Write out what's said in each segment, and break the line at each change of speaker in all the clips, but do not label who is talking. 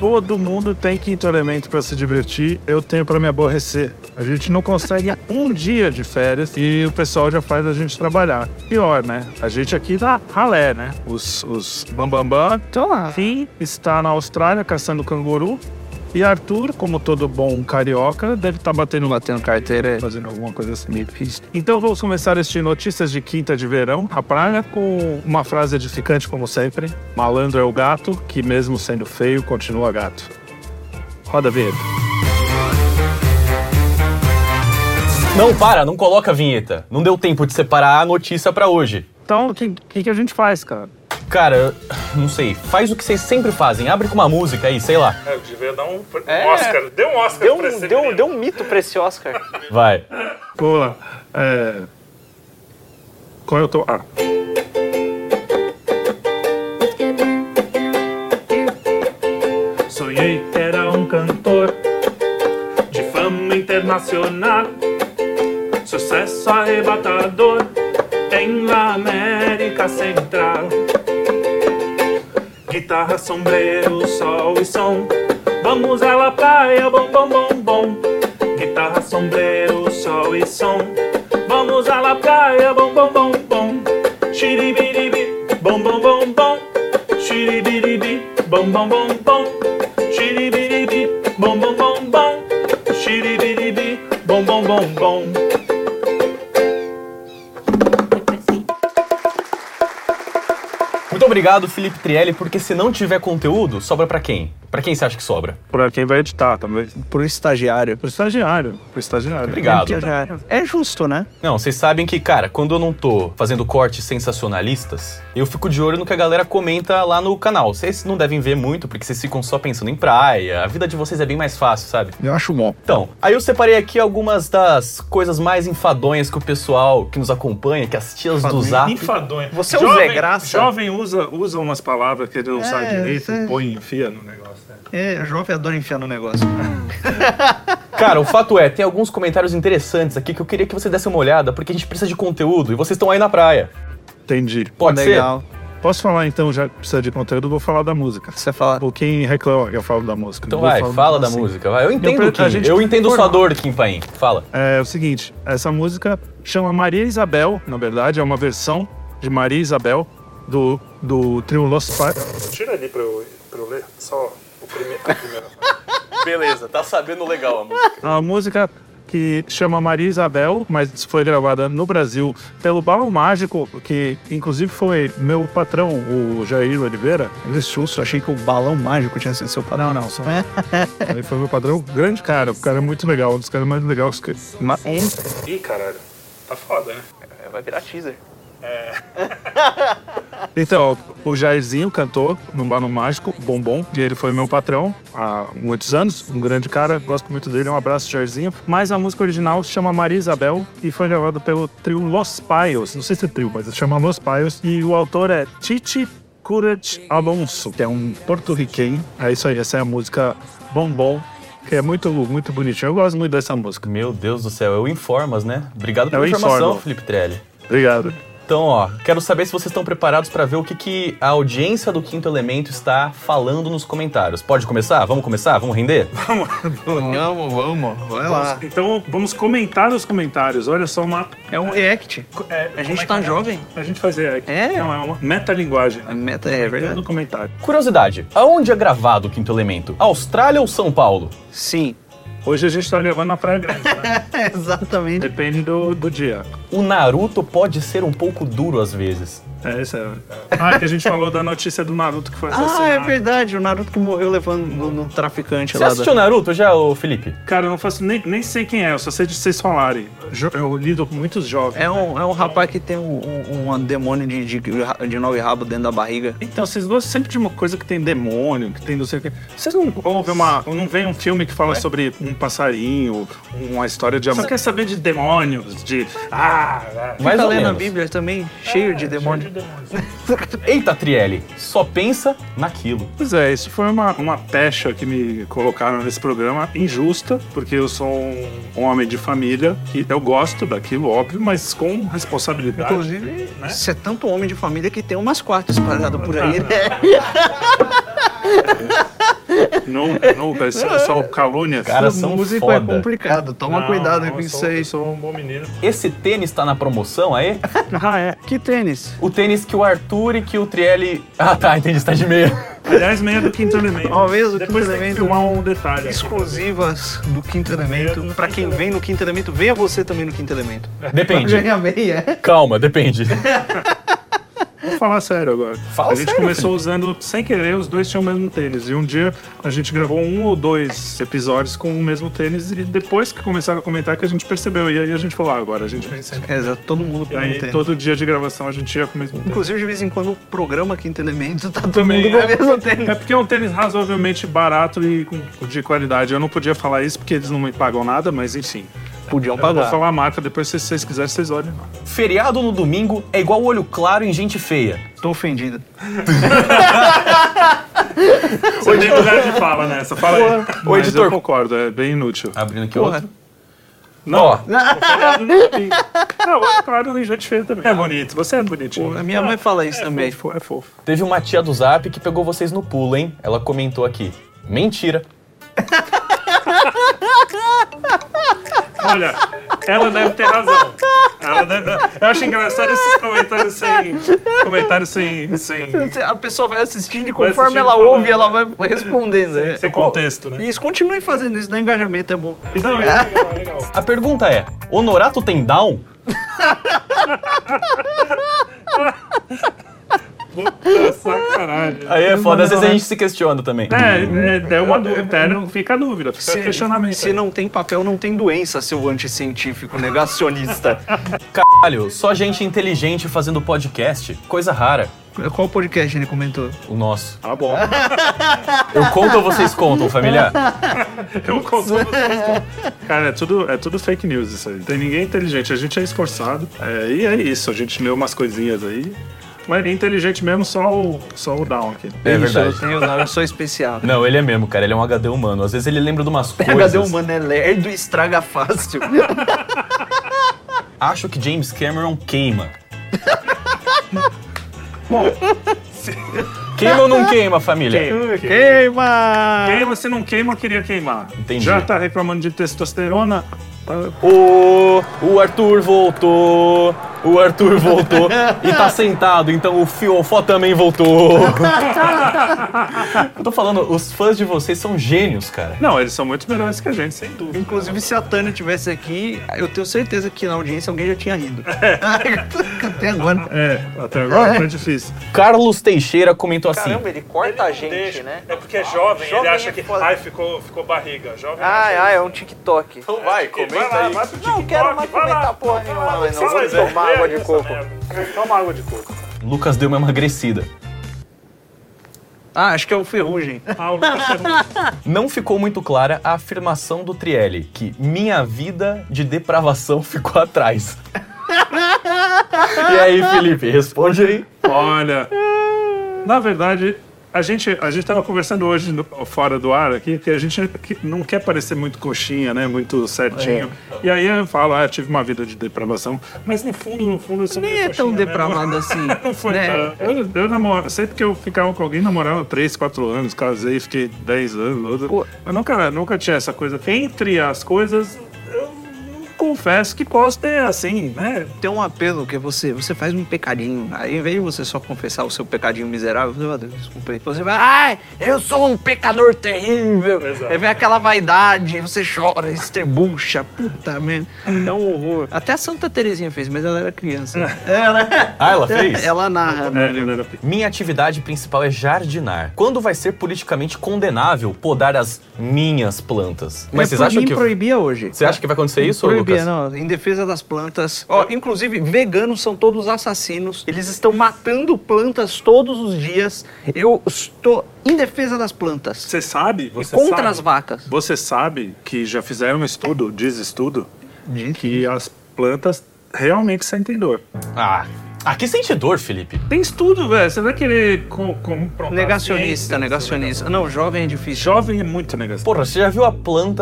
Todo mundo tem quinto elemento para se divertir, eu tenho para me aborrecer. A gente não consegue um dia de férias e o pessoal já faz a gente trabalhar. Pior, né? A gente aqui tá ralé, né? Os, os bambambam estão lá. Fim está na Austrália caçando canguru. E Arthur, como todo bom carioca, deve estar batendo batendo carteira, fazendo alguma coisa assim meio pista. Então vamos começar este Notícias de Quinta de Verão, a praia, com uma frase edificante como sempre. Malandro é o gato, que mesmo sendo feio, continua gato. Roda a vinheta.
Não, para, não coloca a vinheta. Não deu tempo de separar a notícia pra hoje.
Então, o que, que, que a gente faz, cara?
Cara, eu- não sei. Faz o que vocês sempre fazem. Abre com uma música aí, sei lá.
É, eu devia dar um
É.
Oscar. Deu um Oscar
Deu
pra
um,
esse
deu, um-
menino.
deu um mito pra esse Oscar.
Vai.
Vamos lá. É... Qual eu tô. Ah. Sonhei que era um cantor de fama internacional, sucesso arrebatador em la América Central. Guitarra, sombreiro, sol e som. Vamos à la praia, bom, bom, bom, bom. Guitarra, sombreiro, sol e som. Vamos à la praia, bom, bom, bom, bom. Xiribiribi, bom, bom, bom, bom. Xiribiribi, bom, bom, bom, bom. Xiribiribi, bom, bom, bom, bom. Xiribiribi, bom, bom, bom, bom.
Muito obrigado, Felipe Trielli, porque se não tiver conteúdo, sobra pra quem? Pra quem você acha que sobra?
Por quem vai editar também.
Pro estagiário.
Pro estagiário, pro estagiário.
Obrigado.
Estagiário. É justo, né?
Não, vocês sabem que, cara, quando eu não tô fazendo cortes sensacionalistas, eu fico de olho no que a galera comenta lá no canal. Vocês não devem ver muito, porque vocês ficam só pensando em praia. A vida de vocês é bem mais fácil, sabe?
Eu acho bom.
Então, aí eu separei aqui algumas das coisas mais enfadonhas que o pessoal que nos acompanha, que as tias do Zap.
Enfadonho.
Você é um Zé Graça?
Jovem usa, usa umas palavras que ele não sabe direito,
isso é-
põe e enfia no negócio. né?
É, jovem adora enfiar no negócio.
Cara, o fato é, tem alguns comentários interessantes aqui que eu queria que você desse uma olhada, porque a gente precisa de conteúdo e vocês estão aí na praia.
Entendi.
Pode ser?
Legal.
Posso falar então, já que precisa de conteúdo, eu vou falar da música.
Você fala.
Ou quem reclama, eu falo da música.
Então
Vou
vai,
falar-
fala da
assim.
música, vai. Eu
pre-
entendo,
a
Kim.
gente
Eu
tem que
entendo sua
informar.
dor, Kim Paim. Fala.
É, o seguinte, essa música chama Maria Isabel, na verdade, é uma versão de Maria Isabel do, do trio Los Pai.
Tira ali pra eu, pra eu ler só o primeiro. a primeira frase.
Beleza, tá sabendo legal a música.
É uma música que chama Maria Isabel, mas foi gravada no Brasil pelo Balão Mágico, que inclusive foi meu patrão, o Jair Oliveira.
Que susto, achei que o balão mágico tinha sido seu padrão. é.
Não, não, só... ele foi meu patrão, grande cara, o cara é muito legal, um dos caras mais legais que
Ih, caralho. Tá foda, né? É.
É, Vai virar teaser.
Então, o Jairzinho cantou no Bar no Mágico, Bombom, e ele foi meu patrão há muitos anos, um grande cara, gosto muito dele, um abraço, Jairzinho. Mas a música original se chama Maria Isabel e foi gravada pelo trio Los Paios, não sei se é trio, mas se chama Los Paios, e o autor é Titi Curat Alonso, que é um porto-riquenho. É isso aí, essa é a música Bombom, que é muito, muito bonitinha. Eu gosto muito dessa música.
Meu Deus do céu, eu informas, né? Obrigado pela
Eu
informação,
informo.
Felipe Trelli.
Obrigado.
Então, ó, quero saber se vocês estão preparados pra ver o que, que a audiência do Quinto Elemento está falando nos comentários. Pode começar? Vamos começar? Vamos render?
Vamos, vamos. Vai lá.
Então, vamos comentar os comentários. Olha só uma... é,
É um react. A gente tá jovem.
A gente fazer...
É?
Não, é uma metalinguagem.
A meta é verdade.
no comentário.
Curiosidade, aonde é gravado o Quinto Elemento? Austrália ou São Paulo?
Sim.
Hoje a gente tá levando na praia grande. né?
Exatamente.
Depende do, do dia.
O Naruto pode ser um pouco duro às vezes.
É isso aí. Ah, que a gente falou da notícia do Naruto que foi assassinado.
Ah, é verdade. O Naruto que morreu levando no, no traficante
Você
lá. da-
assistiu Naruto já, ô Felipe?
Cara, eu não faço nem, nem sei quem é, eu só sei de vocês falarem. Jo- Eu lido com muitos jovens.
É um, é um rapaz que tem um, um, um demônio de, de, de nove rabos dentro da barriga.
Então, vocês gostam sempre de uma coisa que tem demônio, que tem não sei o quê. Vocês não ouvem uma. Não veem um filme que fala sobre um passarinho, uma história de amor. Só quer saber de demônios, de. Ah,
Mais
tá
ou
lendo a
menos.
Bíblia também, cheio de demônio.
Eita, Trielli, só pensa naquilo.
Pois é, isso foi uma, uma pecha que me colocaram nesse programa injusta, porque eu sou um homem de família, que eu gosto daquilo, óbvio, mas com responsabilidade.
Inclusive,
Né?
você é tanto homem de família que tem umas quartas espalhadas por aí, né?
Nunca, nunca. Isso é só calúnia.
Caras são
músico é
foda.
complicado, toma
Não,
cuidado
não,
com
eu
isso
sou-
aí.
eu sou um bom menino.
Esse tênis tá na promoção aí?
Ah, é. Que tênis?
O tênis que o Arthur e que o Trielli... Ah, tá, entendi, você tá de meia.
Aliás, meia do quinto elemento.
Talvez o
Depois
quinto
tem que
elemento.
filmar um detalhe.
Exclusivas do Quinto Elemento. Pra quem vem no Quinto Elemento, venha você também no Quinto Elemento.
Depende.
a meia.
Calma, depende.
Vamos falar sério agora.
Fala
a gente
sério,
começou usando, sem querer, os dois tinham o mesmo tênis. E um dia a gente gravou um ou dois episódios com o mesmo tênis. E depois que começaram a comentar que a gente percebeu. E aí a gente falou, ah, agora a gente vem sempre.
Exato, todo mundo
E
com um
aí
tênis.
todo dia de gravação a gente ia com o mesmo tênis.
Inclusive, de vez em quando, o programa Quinto Elemento tá todo
Também
mundo com o
é.
mesmo tênis.
É porque é um tênis razoavelmente barato e com- de qualidade. Eu não podia falar isso porque eles não me pagam nada, mas enfim.
Podiam
Eu vou
pagar.
falar a marca, depois se vocês quiserem, vocês olhem. lá.
Feriado no domingo é igual olho claro em gente feia.
Tô ofendido.
Você tem lugar de fala nessa, fala aí.
Ô,
Mas
editor.
eu concordo, é bem inútil.
Abrindo aqui
Porra.
outro. Ó,
Não, olha, é claro, o gente feio também. É bonito, você é bonitinho.
A minha mãe fala isso também.
É fofo, é fofo.
teve uma tia do Zap que pegou vocês no pulo, hein? Ela comentou aqui. Mentira.
Olha, ela deve ter razão. Ela deve- Eu acho engraçado esses comentários sem. Comentários sem. sem,
A pessoa vai assistindo e
Vai assistindo
conforme ela
e falando.
ouve, ela vai respondendo. né?
sem contexto, né?
Isso, continue fazendo isso, dá engajamento, é bom.
Então, é legal, é legal.
A pergunta é: Honorato tem down?
Puta sacanagem.
Aí é foda, às vezes a gente se questiona também.
É, é, é uma dúvida. é, não fica a dúvida, fica
Se-
o questionamento.
É. Se não tem papel, não tem doença, seu anticientífico negacionista.
Caralho, só gente inteligente fazendo podcast, coisa rara.
Qual podcast ele comentou?
O nosso.
Tá bom.
Eu conto ou vocês contam, familiar?
Eu consumo. Cara, é tudo, é tudo fake news isso aí. Tem ninguém inteligente, a gente é esforçado. É, e é isso, a gente leu umas coisinhas aí. Mas é inteligente mesmo, só o, só o down aqui.
É
Ixi,
verdade.
Eu, tenho, não, eu sou especial.
Não, ele é mesmo, cara. Ele é um HD humano. Às vezes ele lembra de umas coisas.
HD humano é lerdo e estraga fácil.
Acho que James Cameron queima. Bom. Queima ou não queima, família?
Queima!
Queima, se não queima, eu queria queimar.
Entendi.
Já tá reclamando de testosterona? Tá-
O, o Arthur voltou. O Arthur voltou e tá sentado, então o Fiofó também voltou. Eu tô falando, os fãs de vocês são gênios, cara.
Não, eles são muito melhores que a gente, sem dúvida.
Inclusive, se a Tânia tivesse aqui, eu tenho certeza que na audiência alguém já tinha rido. Até agora.
É, até agora foi difícil.
Carlos Teixeira comentou assim:
Caramba, ele corta a gente, né?
É porque é jovem,
Jovem acha é que, foda. "Ai,
ficou, ficou barriga. Jovem
Ah, ah, é um TikTok.
Então vai,
Não quero mais comentar porra nenhuma, mano. Não vou tomar água de coco.
Toma água de coco.
Lucas deu uma emagrecida.
Ah, acho que é o Ferrugem.
Ah, o Lucas é muito-
Não ficou muito clara a afirmação do Trielli, que minha vida de depravação ficou atrás. e aí, Felipe, responde aí.
Olha, na verdade, a gente a gente tava conversando hoje no- fora do ar aqui que a gente que- não quer parecer muito coxinha, né? Muito certinho.
É.
E aí eu falo, ah, eu tive uma vida de depravação, mas no fundo, no fundo, eu sou
Nem
meio
é tão
coxinha, né?
depravado assim.
Não foi.
né?
tanto. Eu, eu namoro, sempre que eu ficava com alguém, namorava 3, 4 anos, casei, fiquei 10 anos. outra-
Pô.
Eu nunca, nunca tinha essa coisa. Entre as coisas, eu não confesso que posso ter assim, né?
Tem um apelo que é você, você faz um pecadinho. Aí, em vez de você só confessar o seu pecadinho miserável, você vai, desculpa aí. Você vai, ai, eu sou um pecador terrível. Aí vem aquela vaidade, você chora, estrebucha, puta merda. É um horror. Até a Santa Terezinha fez, mas ela era criança. Ela,
Ah, ela fez?
ela narra, né?
É, Leonardo,
Minha atividade principal é jardinar. Quando vai ser politicamente condenável podar as minhas plantas? Mas vocês
por
acham
mim,
que.
proibia hoje.
Você acha que vai acontecer isso,
Proibia,
Lucas?
não. Em defesa das plantas. Ó, inclusive, veganos são todos assassinos. Eles estão matando plantas todos os dias. Eu estou em defesa das plantas.
Você sabe? Você
contra
sabe?
as vacas.
Você sabe que já fizeram um estudo, diz estudo, que as plantas realmente sentem dor.
Ah, aqui sente dor, Felipe.
Tem estudo, velho. Você vai querer com, comprar.
Negacionista, negacionista. Não, jovem é difícil.
Jovem é muito negacionista.
Porra, você já viu a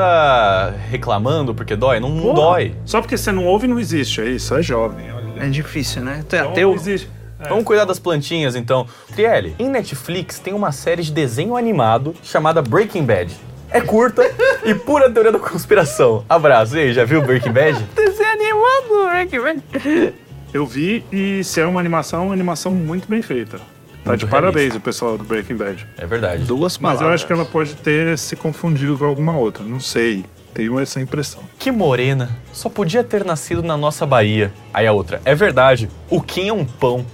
planta reclamando porque dói? Não, não
Porra,
dói.
Só porque você não ouve, não existe. É isso, é jovem. olha.
É difícil, né? Até
Então,
ateu.
existe.
Vamos cuidar das plantinhas então. Trielli, em Netflix tem uma série de desenho animado chamada Breaking Bad. É curta e pura teoria da conspiração. Abraço. E aí, já viu Breaking Bad?
Desenho animado, né? Que vem.
Eu vi e se é uma animação, é uma animação muito bem feita. Tá
Muito
de parabéns
realista.
o pessoal do Breaking Bad.
É verdade.
Duas
Mas
palavras.
eu acho que ela pode ter se confundido com alguma outra, não sei. Tenho essa impressão.
Que morena. Só podia ter nascido na nossa Bahia. Aí a outra. É verdade. O Kim é um pão.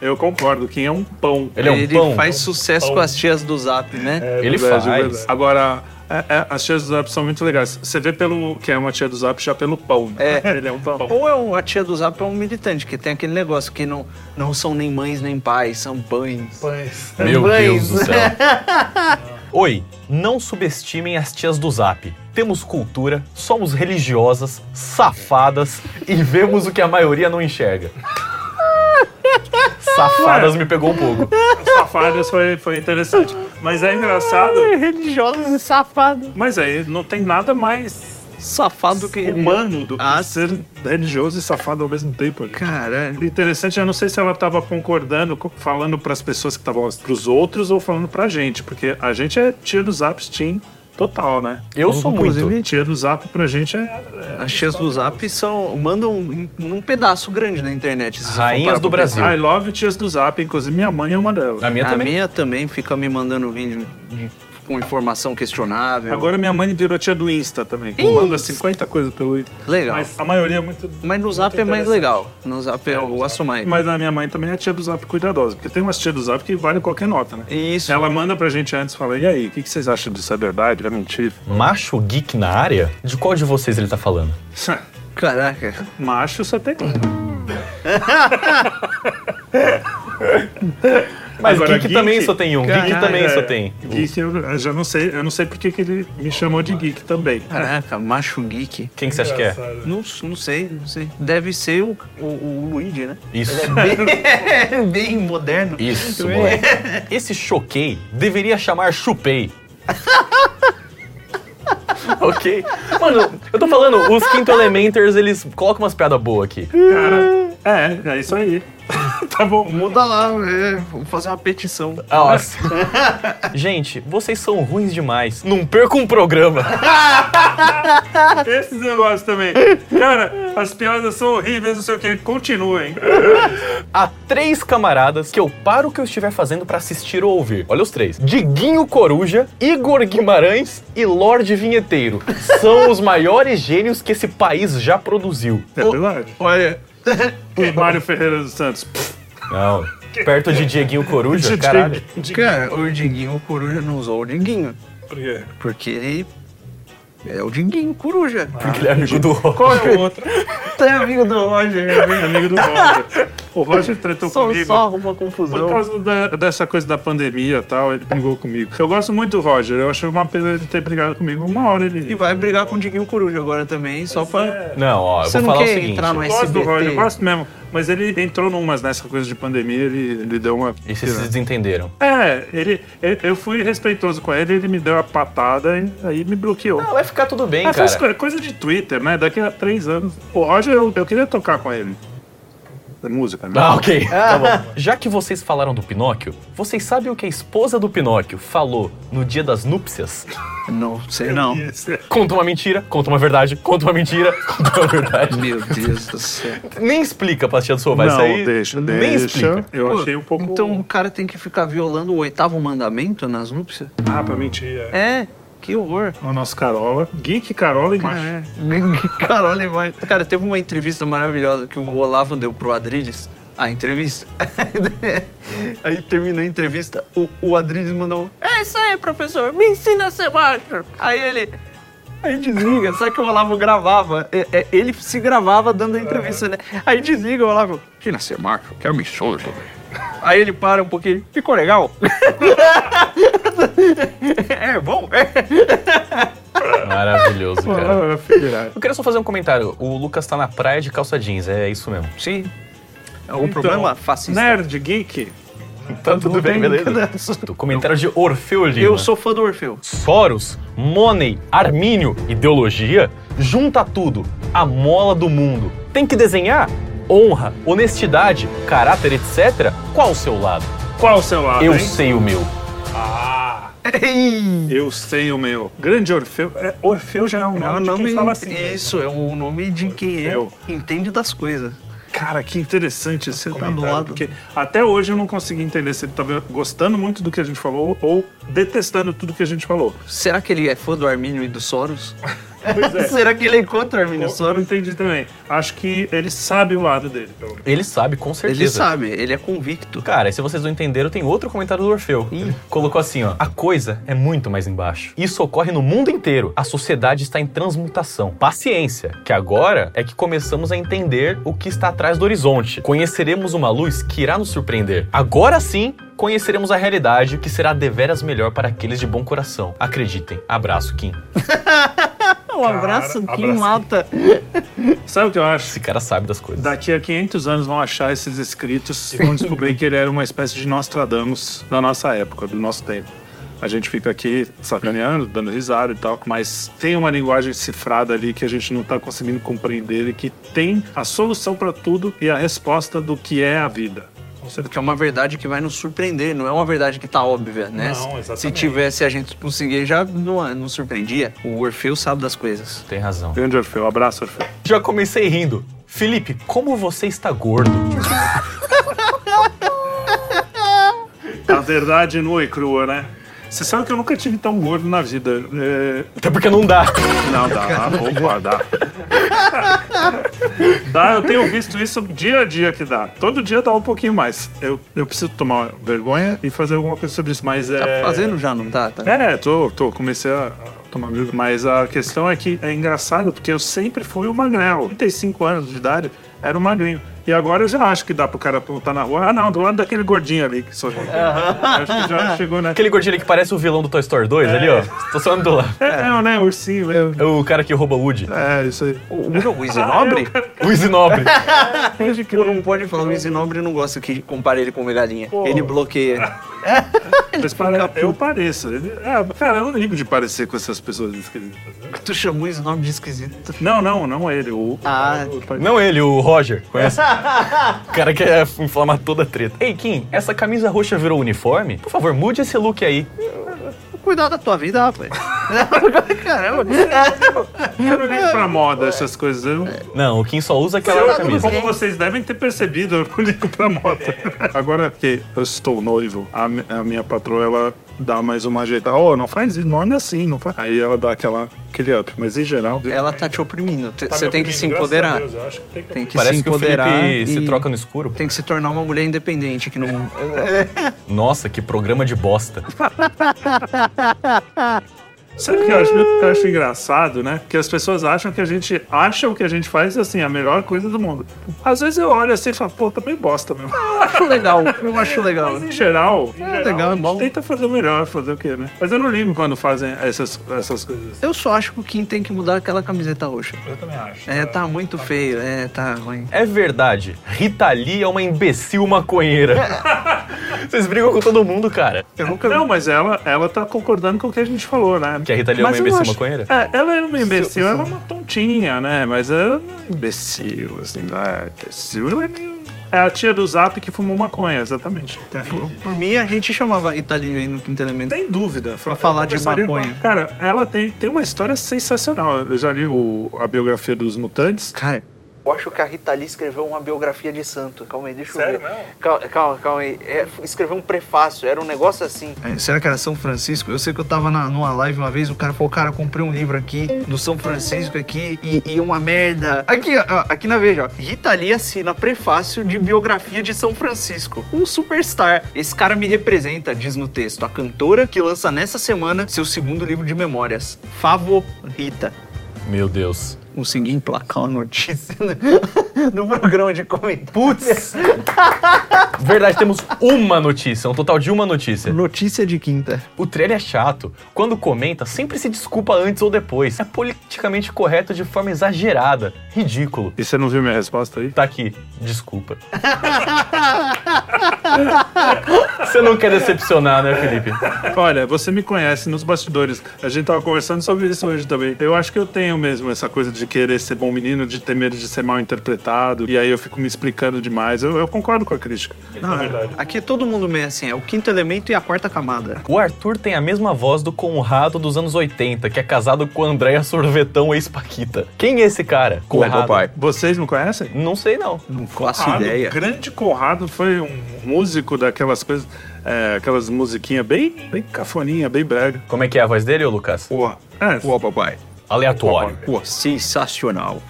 Eu concordo, quem é um pão.
Ele é um
Ele
pão.
faz sucesso com as tias do Zap, né?
Ele
É verdade,
faz.
verdade. Agora, é- é, as tias do Zap são muito legais. Você vê pelo que é uma tia do Zap já pelo pão. né?
É.
Ele é um pão.
Ou é um, a tia do Zap é um militante, que tem aquele negócio que não, não são nem mães nem pais, são pães.
Mas,
Meu Deus
Blaze.
do céu. Oi, não subestimem as tias do Zap. Temos cultura, somos religiosas, safadas e vemos o que a maioria não enxerga. safadas me pegou um pouco.
Safadas foi, foi interessante. Mas é engraçado.
Religiosos e safado.
Mas aí não tem nada mais
Safado que.
humano do que
Ah,
ser religioso e safado ao mesmo tempo. ali.
Caralho.
O Interessante, eu não sei se ela estava concordando, co- falando para as pessoas que estavam pros outros ou falando pra gente, porque a gente é tia do Zap Steam total, né?
Eu sou muito.
Inclusive, tia do Zap pra gente é
As tias do Zap são, mandam um, um pedaço grande na internet. se você for
Rainhas
parar
do
pra
Brasil.
I love tias do Zap, inclusive minha mãe é uma delas.
A minha
pensar. A
também.
minha também fica me mandando vídeo de- com informação questionável.
Agora minha mãe virou tia do Insta também. que Manda 50 coisas pelo Insta.
Legal. Mas,
Mas a maioria é muito.
no Zap é mais legal. No Zap é eu gosto mais.
Mas a minha mãe também é tia do Zap cuidadosa, porque tem umas tia do Zap que vale qualquer nota, né?
Isso.
Ela manda pra gente antes e fala: e aí, o que, que vocês acham disso? É verdade? É mentira?
Macho geek na área? De qual de vocês ele tá falando?
Caraca.
Macho você tem. um.
Mas
Agora,
geek,
geek-
também só tem um. geek
Caralho,
também só
É,
tem.
Geek, eu, eu já não sei, eu não sei porque que ele me chamou de geek também.
Caraca, macho geek.
Quem que você acha que é?
Não, não sei, não sei. Deve ser o, o, o Luigi, né?
Isso.
Bem, bem moderno.
Isso, moleque. Esse choquei deveria chamar chupei. ok. Mano, eu tô falando, os Quinto Elementers, eles colocam umas piadas boas aqui.
É, é isso aí. tá bom.
Muda lá, é, vou fazer uma petição.
Nossa. Gente, vocês são ruins demais. Não percam um programa.
Esses negócios também. Cara, as piadas são horríveis, não sei o que. Continuem.
Há três camaradas que eu paro o que eu estiver fazendo pra assistir ou ouvir. Olha os três. Diguinho Coruja, Igor Guimarães e Lorde Vinheteiro. São os maiores gênios que esse país já produziu.
É verdade.
Olha.
O Mário Ferreira dos Santos. Pff,
Não. Perto de Dieguinho Coruja,
de-
caralho.
de- de-
Cara, o Diguinho, o Coruja não usou o Diguinho.
por quê?
Porque ele. É o Diguinho, Coruja.
Porque ele é amigo do Rock.
Qual é Ah, o outro?
Tu é amigo do Roger,
Bem É amigo do Roger. O Roger tretou
só,
comigo.
só uma
Por
confusão.
causa da- dessa coisa da pandemia e tal, ele brigou comigo. Eu gosto muito do Roger, eu achei uma pena ele ter brigado comigo uma hora
E
ele.
vai brigar com o Diguinho Coruja agora também, só
é.
pra.
Não, ó, eu
Você
vou
não
falar o
quer
seguinte.
entrar no
Eu gosto do Roger, eu
SBT?
gosto mesmo. Mas ele entrou numas nessa coisa de pandemia, ele, ele deu uma.
E vocês se desentenderam.
É, ele, ele- eu fui respeitoso com ele, ele me deu a patada e aí me bloqueou.
vai ficar tudo bem,
Ah,
Mas faz co- coisa de Twitter, né? Daqui a três anos. O Roger, eu, eu queria tocar com ele. É música, né?
Ah, ok. Tá bom. Já que vocês falaram do Pinóquio, vocês sabem o que a esposa do Pinóquio falou no dia das núpcias?
Não sei não.
Conta uma mentira, conta uma verdade, conta uma mentira, conta uma verdade.
Meu Deus do céu.
Então,
Nem explica pra tia do seu vai
Não,
sair.
deixa,
nem
deixa.
explica.
Eu achei um pouco.
Então o cara tem que ficar violando o oitavo mandamento nas núpcias?
Ah, pra mentir. É.
É, que horror.
O nosso Carola. Geek, Carola e macho.
É. Carol vai. Cara, teve uma entrevista maravilhosa que o Olavo deu pro Adriles. A entrevista. aí terminou a entrevista, o, o Adriles mandou. É isso aí, professor, me ensina a ser macho. Aí ele. Aí desliga, só que o Olavo gravava. é- é, ele se gravava dando a entrevista, né? Aí desliga o Olavo. Ensina a ser macho, quero me solto. Aí ele para um pouquinho, ficou legal? é bom?
Maravilhoso, cara.
Ah, filha.
Eu queria só fazer um comentário. O Lucas tá na praia de calça jeans, é isso mesmo.
Sim. O problema fascista.
Então, Nerd, geek.
Tá tudo bem, beleza? Comentário de Orfeu Lima.
Eu sou fã do Orfeu.
Soros, Money, Armínio, ideologia, junta tudo, a mola do mundo. Tem que desenhar? honra, honestidade, caráter, etc., qual o seu lado?
Qual o seu lado,
Eu
hein?
sei o meu.
Eu sei o meu. Grande Orfeu. É, Orfeu já é um
É
nome,
o
de
nome.
quem fala assim. né?
Isso, é o nome de quem é,
Eu.
entende das coisas.
Cara, que interessante esse
do
comentário.
lado.
Porque até hoje eu não consegui entender se ele tava gostando muito do que a gente falou ou detestando tudo que a gente falou.
Será que ele é fã do Armínio e do Soros?
Pois é.
Será que ele é contra o Armínio e o
Eu não
Soros?
entendi também. Acho que ele sabe o lado dele, pelo menos.
Ele sabe, com certeza.
Ele sabe, ele é convicto.
Cara, e se vocês não entenderam, tem outro comentário do Orfeu. Ele colocou assim, ó. A coisa é muito mais embaixo. Isso ocorre no mundo inteiro. A sociedade está em transmutação. Paciência, que agora é que começamos a entender o que está atrás do horizonte. Conheceremos uma luz que irá nos surpreender. Agora sim, conheceremos a realidade que será deveras melhor para aqueles de bom coração. Acreditem. Abraço, Kim.
Um abraço
Cara,
que
É abraço.
mata.
Sabe o que eu acho?
Esse cara sabe das coisas.
Daqui a 500 anos vão achar esses escritos e vão descobrir que ele era uma espécie de Nostradamus da nossa época, do nosso tempo. A gente fica aqui sacaneando, dando risada e tal, mas tem uma linguagem cifrada ali que a gente não tá conseguindo compreender e que tem a solução para tudo e a resposta do que é a vida.
Que é uma verdade que vai nos surpreender, não é uma verdade que tá óbvia, né?
Não,
Se-
exatamente.
Se tivesse a gente conseguir, já não, não surpreendia. O Orfeu sabe das coisas.
Tem razão.
Grande Orfeu, abraço, Orfeu.
Já comecei rindo. Felipe, como você está gordo?
A verdade nua e crua, né? Você sabe que eu nunca tive tão gordo na vida. É,
Até porque não dá.
Não, dá, opa, dá. Dá, eu tenho visto isso dia a dia que dá. Todo dia dá um pouquinho mais. Eu, eu preciso tomar vergonha e fazer alguma coisa sobre isso, mas
Tá
é.
fazendo já, não tá? tá?
É, tô, tô, comecei a a tomar vergonha. Mas a questão é que é engraçado porque eu sempre fui um magrelo. 35 anos de idade, era um magrinho. E agora eu já acho que dá pro cara apontar na rua. Ah, não, do lado daquele gordinho ali que sorriu. Acho que já chegou, né?
Aquele gordinho ali que parece o vilão do Toy Story 2 ali, ó. Tô sonhando do lado.
É, é, né? Ursinho. É,
É o cara que rouba o Woody.
é isso aí.
O, o Luiz Nobre?
O Zinobre.
Desde que
Pô, não pode falar, o Luiz Nobre não gosta que compare ele com o Megalinha. Ele bloqueia.
Mas para- eu pareço. Ele- ah, cara, eu não ligo de parecer com essas pessoas esquisitas.
Tu chamou o Luiz Nobre de esquisito.
Não, não, não ele. O,
Ah,
Não ele, o Roger. Conhece? O cara que é inflamar toda a treta. Ei, Kim, essa camisa roxa virou uniforme? Por favor, mude esse look aí.
cuidar da tua vida, rapaz. Caramba.
eu não ligo pra moda essas coisas. Eu,
É.
Não, o Kim só usa aquela
eu,
camisa.
como vocês devem ter percebido, eu não ligo pra moda. Agora que eu estou noivo, a, mi- a minha patroa, ela dá mais uma ajeitada. Oh, não faz isso, não é assim, não faz. Aí ela dá aquela, aquele up. Mas em geral,
Ela tá te oprimindo. Te- Você
meu
tem
querido,
que se
graças a
empoderar.
Deus, eu acho que tem que-
Tem que se
Parece que o
empoderar.
Felipe se
e
troca no escuro.
Tem que se tornar uma mulher independente aqui no mundo.
Nossa, que programa de bosta.
Sabe o que eu acho, eu acho engraçado, né? Que as pessoas acham que a gente acha o que a gente faz assim, a melhor coisa do mundo. Às vezes eu olho assim e falo, pô, também bosta mesmo.
acho legal. Eu acho legal.
Mas em geral, em geral,
É, legal, é
a gente
bom.
tenta fazer o melhor, fazer o quê, né? Mas eu não ligo quando fazem essas, essas coisas.
Eu só acho que o Kim tem que mudar aquela camiseta roxa.
Eu também acho.
É, tá muito feio. É, tá ruim.
É verdade, Rita Lee é uma imbecil maconheira. Vocês brigam com todo mundo, cara.
Eu nunca vi.
Não, mas ela, ela tá concordando com o que a gente falou, né?
Que a Rita Lee é
Mas
uma
eu
imbecil
acho-
maconheira?
É, ela é uma imbecil, ela é uma tontinha, né? Mas ela não é imbecil, assim, não é imbecil, ela é meio... É a tia do Zap que fumou maconha, exatamente.
Por mim, a gente chamava italiano aí no quinto elemento.
Sem dúvida. Pra
falar de maconha.
Cara, ela tem, tem uma história sensacional. Eu já li o- a biografia dos mutantes.
Cara,
Eu acho que a Rita Lee escreveu uma biografia de santo. Calma aí, deixa eu
Sério
ver. Calma, calma, calma aí. É, escreveu um prefácio, era um negócio assim.
é, será que era São Francisco? Eu sei que eu tava na- numa live uma vez, o cara falou, cara, eu comprei um livro aqui, do São Francisco aqui, e, e uma merda. Aqui, ó, ó, aqui na Veja, ó. Rita Lee assina prefácio de biografia de São Francisco. Um superstar. Esse cara me representa, diz no texto, a cantora que lança nessa semana seu segundo livro de memórias. Favorita.
Meu Deus.
Consegui emplacar uma notícia no, no programa de comentário. Putz!
Verdade, temos uma notícia, um total de uma notícia.
Notícia de quinta.
O trailer é chato. Quando comenta, sempre se desculpa antes ou depois. É politicamente correto de forma exagerada. Ridículo.
E você não viu minha resposta aí?
Tá aqui, desculpa. Você não quer decepcionar, né, Felipe?
Olha, você me conhece nos bastidores. A gente tava conversando sobre isso hoje também. Eu acho que eu tenho mesmo essa coisa de querer ser bom menino, de ter medo de ser mal interpretado. E aí eu fico me explicando demais. Eu, eu concordo com a crítica.
Não, aqui é todo mundo meio assim, é o quinto elemento e a quarta camada.
O Arthur tem a mesma voz do Conrado dos anos 80, que é casado com a Andréia Sorvetão, ex-Paquita. Quem é esse cara?
Conrado. Papai.
Vocês me conhecem?
Não sei, não.
Não faço
Conrado,
ideia.
O grande Conrado foi um músico daquelas coisas, é, aquelas musiquinhas bem, bem cafoninha, bem brega.
Como é que é a voz dele, ô Lucas?
Pô, é,
Uau, papai.
Aleatório.
Pô, sensacional.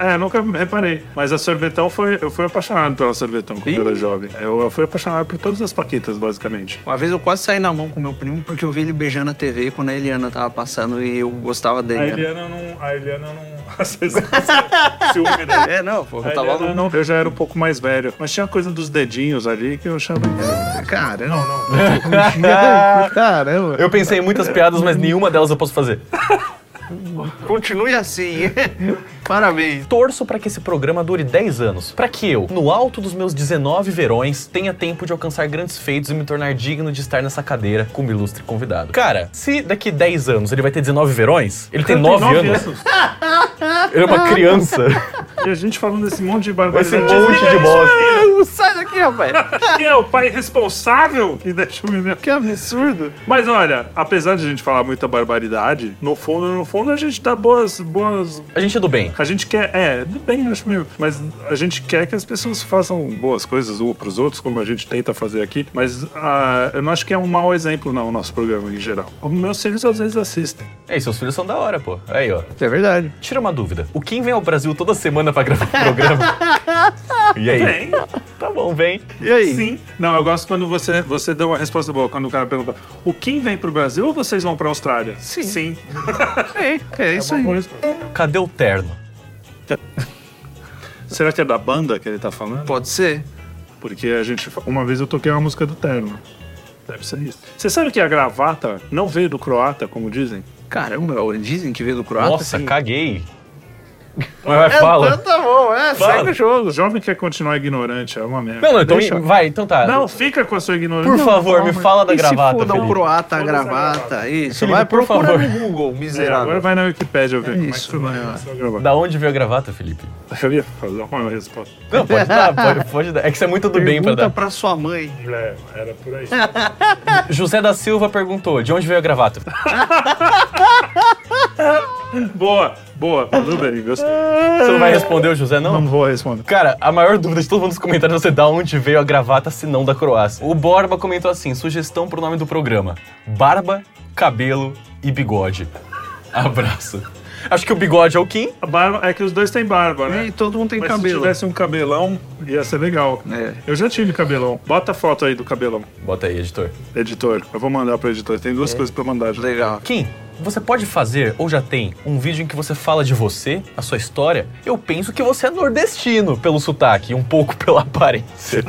é, nunca reparei. Mas a Sorvetão foi. Eu fui apaixonado pela Sorvetão quando eu era jovem. Eu, eu fui apaixonado por todas as Paquitas, basicamente.
Uma vez eu quase saí na mão com meu primo porque eu vi ele beijando a TV quando a Eliana tava passando e eu gostava
A
dele. né?
Eliana não. A Eliana não. Às vezes, ciúme dele.
É, não, pô,
A
eu tava
Eliana
no...
não- Eu já era um pouco mais velho, mas tinha a coisa dos dedinhos ali que eu achava.
Cara, não, não. Caramba.
Eu pensei em muitas piadas, mas nenhuma delas eu posso fazer.
Continue assim. Parabéns.
Torço para que esse programa dure 10 anos, para que eu, no alto dos meus 19 verões, tenha tempo de alcançar grandes feitos e me tornar digno de estar nessa cadeira como ilustre convidado. Cara, se daqui 10 anos ele vai ter 19 verões, ele tem 9 anos, ele é uma criança.
E a gente falando desse monte de
Esse
barbaridade.
um monte de bosta.
Sai daqui, rapaz.
Que é o pai responsável que deixa o menino. Que absurdo. Mas olha, apesar de a gente falar muita barbaridade, no fundo, no fundo, a gente dá boas. boas...
A gente é do bem.
A gente quer. É, tudo bem, eu acho meio. Mas a gente quer que as pessoas façam boas coisas um pros outros, como a gente tenta fazer aqui. Mas ah, eu não acho que é um mau exemplo, não, o nosso programa em geral. Os meus filhos às vezes assistem.
Ei, É seus filhos são da hora, pô. Aí, ó.
É verdade.
Tira uma dúvida. O Kim vem ao Brasil toda semana pra gravar o programa? E aí?
Bem,
Tá bom, vem.
E aí?
sim. Não, eu gosto quando você, você deu uma resposta boa, quando o cara pergunta: o Kim vem pro Brasil ou vocês vão pra Austrália? Sim. Sim.
É, é isso aí.
Boa resposta.
Cadê o terno?
Será que é da banda que ele tá falando?
Pode ser?
Porque a gente. Uma vez eu toquei uma música do Terno. Deve ser isso. Você sabe que a gravata não veio do croata, como dizem?
Caramba, dizem que veio do croata.
Nossa, caguei. Mas vai, fala.
tá bom, é,
Fala.
jogo. O jovem quer continuar ignorante, é uma merda.
Não, não, então
Deixa.
vai, então tá.
Não, fica com a sua ignorância.
Por
Não,
favor,
calma.
me fala da
E se
gravata,
for dar um
Felipe.
croata, a gravata, isso.
Felipe,
Vai
por
procura
favor.
no Google,
É,
miserável.
agora vai na Wikipédia ver como
isso,
é que
vai lá.
foi a gravata.
Da onde veio a gravata, Felipe?
Eu ia fazer uma resposta.
Não, pode dar, pode, pode dar. É que você é muito do bem pra
Pergunta
dar.
pra sua mãe.
É, era por aí.
José da Silva perguntou, de onde veio a gravata?
boa, boa. Mandou bem, gostei.
Você não vai responder o José, É. não?
vou responder.
Cara, a maior dúvida de todo mundo nos comentários é da onde veio a gravata, se não da Croácia. O Borba comentou assim, sugestão pro nome do programa. Barba, cabelo e bigode. Abraço. Acho que o bigode é o Kim.
A barba, é que os dois têm barba, né?
E todo mundo tem
Mas se
cabelo.
tivesse um cabelão, ia ser legal.
É.
Eu já tive cabelão. Bota a foto aí do cabelão,
Bota aí, editor.
editor. Eu vou mandar pro editor. Tem duas coisas pra mandar. já.
Legal.
Kim, você pode fazer, ou já tem, um vídeo em que você fala de você, a sua história? Eu penso que você é nordestino, pelo sotaque, e um pouco pela aparência.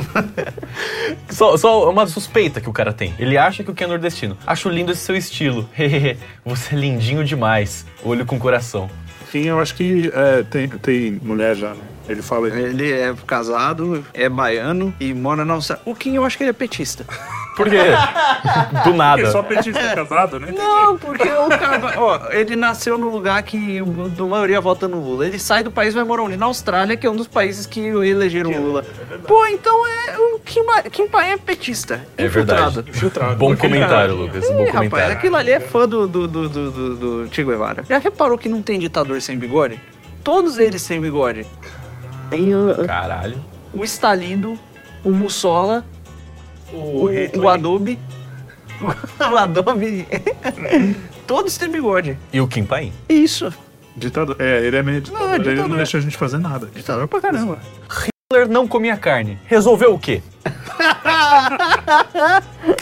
só, só uma suspeita que o cara tem. Ele acha que o Kim é nordestino. Acho lindo esse seu estilo. Hehehe, você é lindinho demais. Olho com coração.
Enfim, eu acho que é, tem, tem mulher já, né? Ele fala.
Ele é casado, é baiano e mora na Austrália. O Kim, eu acho que ele é petista.
Por quê? Do
Porque só
nada.
petista é casado, né?
Não, porque o cara. Ó, ele nasceu no lugar que a maioria vota no Lula. Ele sai do país e vai morar onde? Na Austrália, que é um dos países que elegeram o
É
Lula. Pô, então é. O Kim, Ma- Kim Paim é petista.
É verdade.
infiltrado. é-
Infiltrado.
Bom comentário, Lucas. Bom
Ih, rapaz,
comentário.
aquilo ali é fã do, do, do, do, do, do Che Guevara. Já reparou que não tem ditador sem bigode? Todos eles têm bigode. Tem o,
Caralho.
o Stalindo, o Mussola, o, o Adobe. O Adobe. Todos têm bigode.
E o Kim Paim?
Isso.
Ditador. É, ele é meio ditador.
Não, é
Ele não
ditador.
deixa a gente fazer nada.
Ditador pra caramba.
Hitler não comia carne. Resolveu o quê?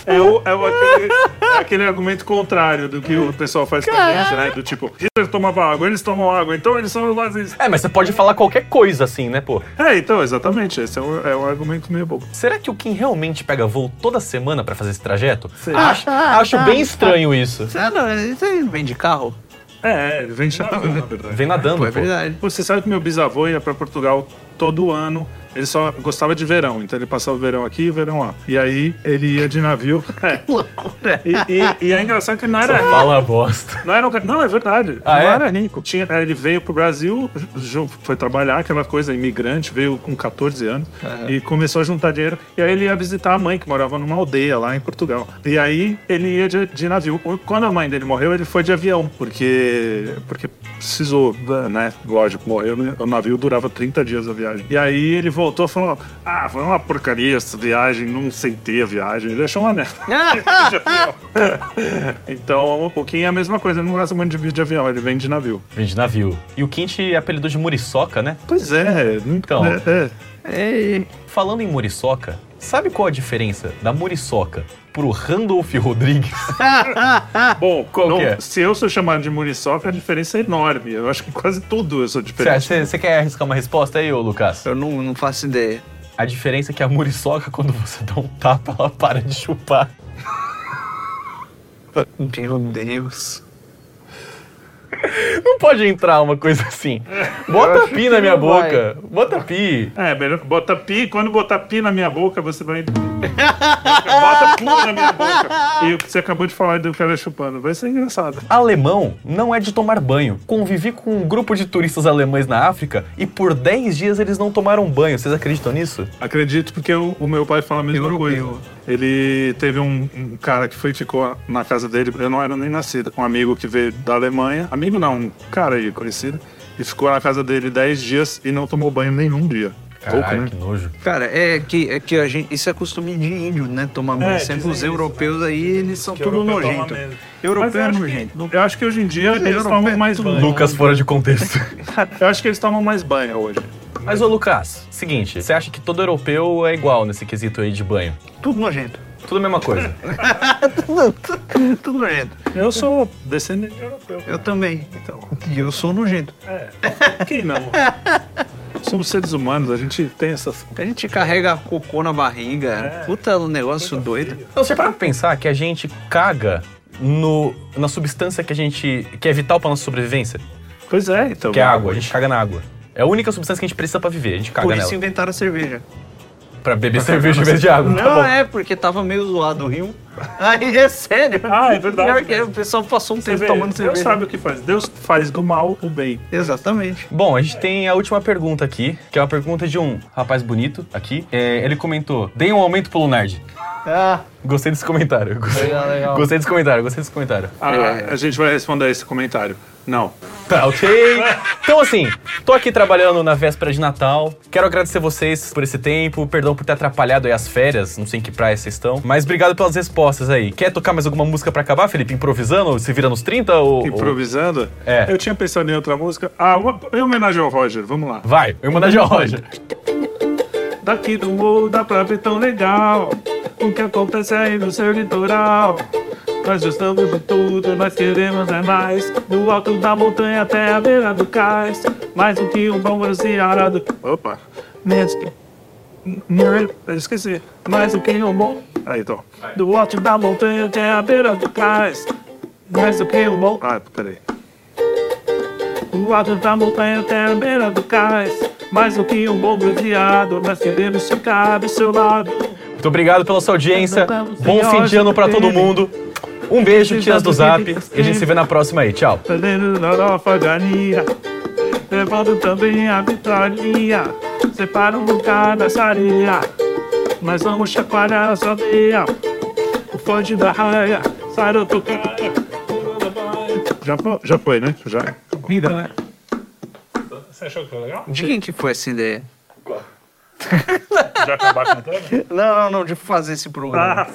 É, o, é o- aquele, é aquele argumento contrário do que o pessoal faz com a gente, né? Do tipo, Hitler tomava água, eles tomam água, então eles são os nazistas.
É, mas você pode falar qualquer coisa assim, né, pô?
É, então, exatamente. Esse é um, é um argumento meio bom.
Será que o Kim realmente pega voo toda semana pra fazer esse trajeto? Ah, Acho, acho bem estranho isso.
Ah, não, isso aí não vem de carro.
É, ele vem chato, na verdade.
Vem nadando,
Pô, é
pô.
verdade.
Você sabe que meu bisavô ia pra Portugal todo ano. Ele só gostava de verão, então ele passava o verão aqui e o verão lá. E aí ele ia de navio. É.
Loucura.
E, e- e é engraçado que ele não era
Fala bosta.
Não era um cara. Não, é verdade.
Ah,
não
é?
era rico. Tinha, ele veio pro Brasil, ju- foi trabalhar, aquela coisa, imigrante, veio com 14 anos e começou a juntar dinheiro. E aí ele ia visitar a mãe, que morava numa aldeia lá em Portugal. E aí ele ia de, de navio. Quando a mãe dele morreu, ele foi de avião, porque. porque precisou, né? Lógico, morreu, né? O navio durava 30 dias a viagem. E aí ele voltou e falou: Ah, foi uma porcaria essa viagem, não sentei a viagem. Ele deixou uma merda. Então, o Kim é a mesma coisa, ele não gosta muito de vir de avião, ele vem de navio.
Vende navio. E o Quinte apelidou de Muriçoca, né?
Pois é,
Então.
É, é.
É,
Falando em Muriçoca, sabe qual a diferença da Muriçoca pro Randolph Rodrigues?
Bom,
Qual
Ah, não-
que é?
se eu sou chamado de Muriçoca, a diferença é enorme. Eu acho que quase tudo eu sou diferente.
Você você quer arriscar uma resposta aí, ô Lucas?
eu não, não faço ideia.
A diferença é que a Muriçoca, quando você dá um tapa, ela para de chupar.
Meu Deus.
Não pode entrar uma coisa assim. Bota pi na minha
não vai.
boca. Bota pi.
É, melhor bota pi, quando botar pi na minha boca, você vai. bota pi na minha boca. E o que você acabou de falar do cara chupando, vai ser engraçado.
Alemão não é de tomar banho. Convivi com um grupo de turistas alemães na África e por 10 dias eles não tomaram banho. Vocês acreditam nisso?
Acredito porque o, o meu pai fala a mesma
Europeu.
coisa. Ele teve um, um cara que foi ficou na casa dele, eu não era nem nascido, um amigo que veio da Alemanha, amigo não, um cara aí conhecido, e ficou na casa dele 10 dias e não tomou banho nenhum dia.
Caralho,
Pouco,
que
né?
nojo.
Cara, é que, é que a gente, isso é costume de índio, né? Tomar
É,
banho. Sempre os europeus aí, eles são tudo
europeu toma
nojento.
mesmo. Mas
Europeu
eu
é
acho que-
nojento. é
Eu acho que hoje em dia eles tomam mais banho.
Lucas fora de contexto.
Eu acho que eles tomam mais banho hoje.
Mas, ô Lucas, seguinte, você acha que todo europeu é igual nesse quesito aí de banho?
Tudo nojento.
Tudo a mesma coisa.
Tudo, tudo, tudo nojento.
Eu sou descendente europeu.
Eu também. Então, e eu sou nojento.
Quem não? Somos seres humanos, a gente tem essas.
A gente carrega cocô na barriga.
É.
Puta, um negócio doido.
Não, Então, você para pra pensar que a gente caga no, na substância que a gente. que é vital pra nossa sobrevivência,
Pois é, então.
que é a água. A gente caga na água. É a única substância que a gente precisa pra viver, a gente caga
Por
nela.
isso inventaram a cerveja.
Pra beber cerveja em vez de água.
Não, é porque tava meio zoado o rio. Aí é sério.
Ah, é verdade.
Pior que o pessoal passou um tempo
Você vê,
tomando
Deus
cerveja.
sabe o que faz. Deus faz do mal o bem.
Exatamente.
Bom, a gente tem a última pergunta aqui, que é uma pergunta de um rapaz bonito aqui. É, ele comentou: deem um aumento pro Lunardi.
Ah,
Gostei desse comentário. Gostei,
Legal, legal.
gostei desse comentário, gostei desse comentário.
Ah, A gente vai responder esse comentário. Não.
Tá, ok. Então, assim, tô aqui trabalhando na véspera de Natal. Quero agradecer vocês por esse tempo. Perdão por ter atrapalhado aí as férias. Não sei em que praia vocês estão. Mas obrigado pelas respostas aí. Quer tocar mais alguma música pra acabar, Felipe? Improvisando? Se vira nos 30? Ou, ou...
Improvisando?
É.
Eu tinha pensado em outra música. Ah, uma, em homenagem ao Roger, vamos lá.
Vai, eu mandar de Roger.
Daqui do morro dá pra ver tão legal o que acontece aí no seu litoral. Nós gostamos de tudo, nós queremos é mais. Do alto da montanha até a beira do cais. Mais do que um bom bronzeado. Opa! Mesmo. Mirror, eu esqueci. Mais do que um bom. Aí, então. Do alto da montanha até a beira do cais. Mais do que um bom. Ah, peraí. O alto da montanha até a beira do cais Mais do que um bom bronzeado Nós queremos ficar do seu lado
Muito obrigado pela sua audiência. Bom fim de ano pra todo mundo. Um beijo, tiras do zap. E a gente se vê na próxima aí. Tchau.
Fazendo farofa de anilha Levando também a vitrolinha Separa um lugar nessa areia Nós vamos chacoalhar a sua veia O fonte da raia Saroto cara já foi, já foi, né? Já.
vida.
Você achou que foi legal?
De quem que foi essa ideia?
Já acabar cantando?
Não, não, não, de fazer esse programa.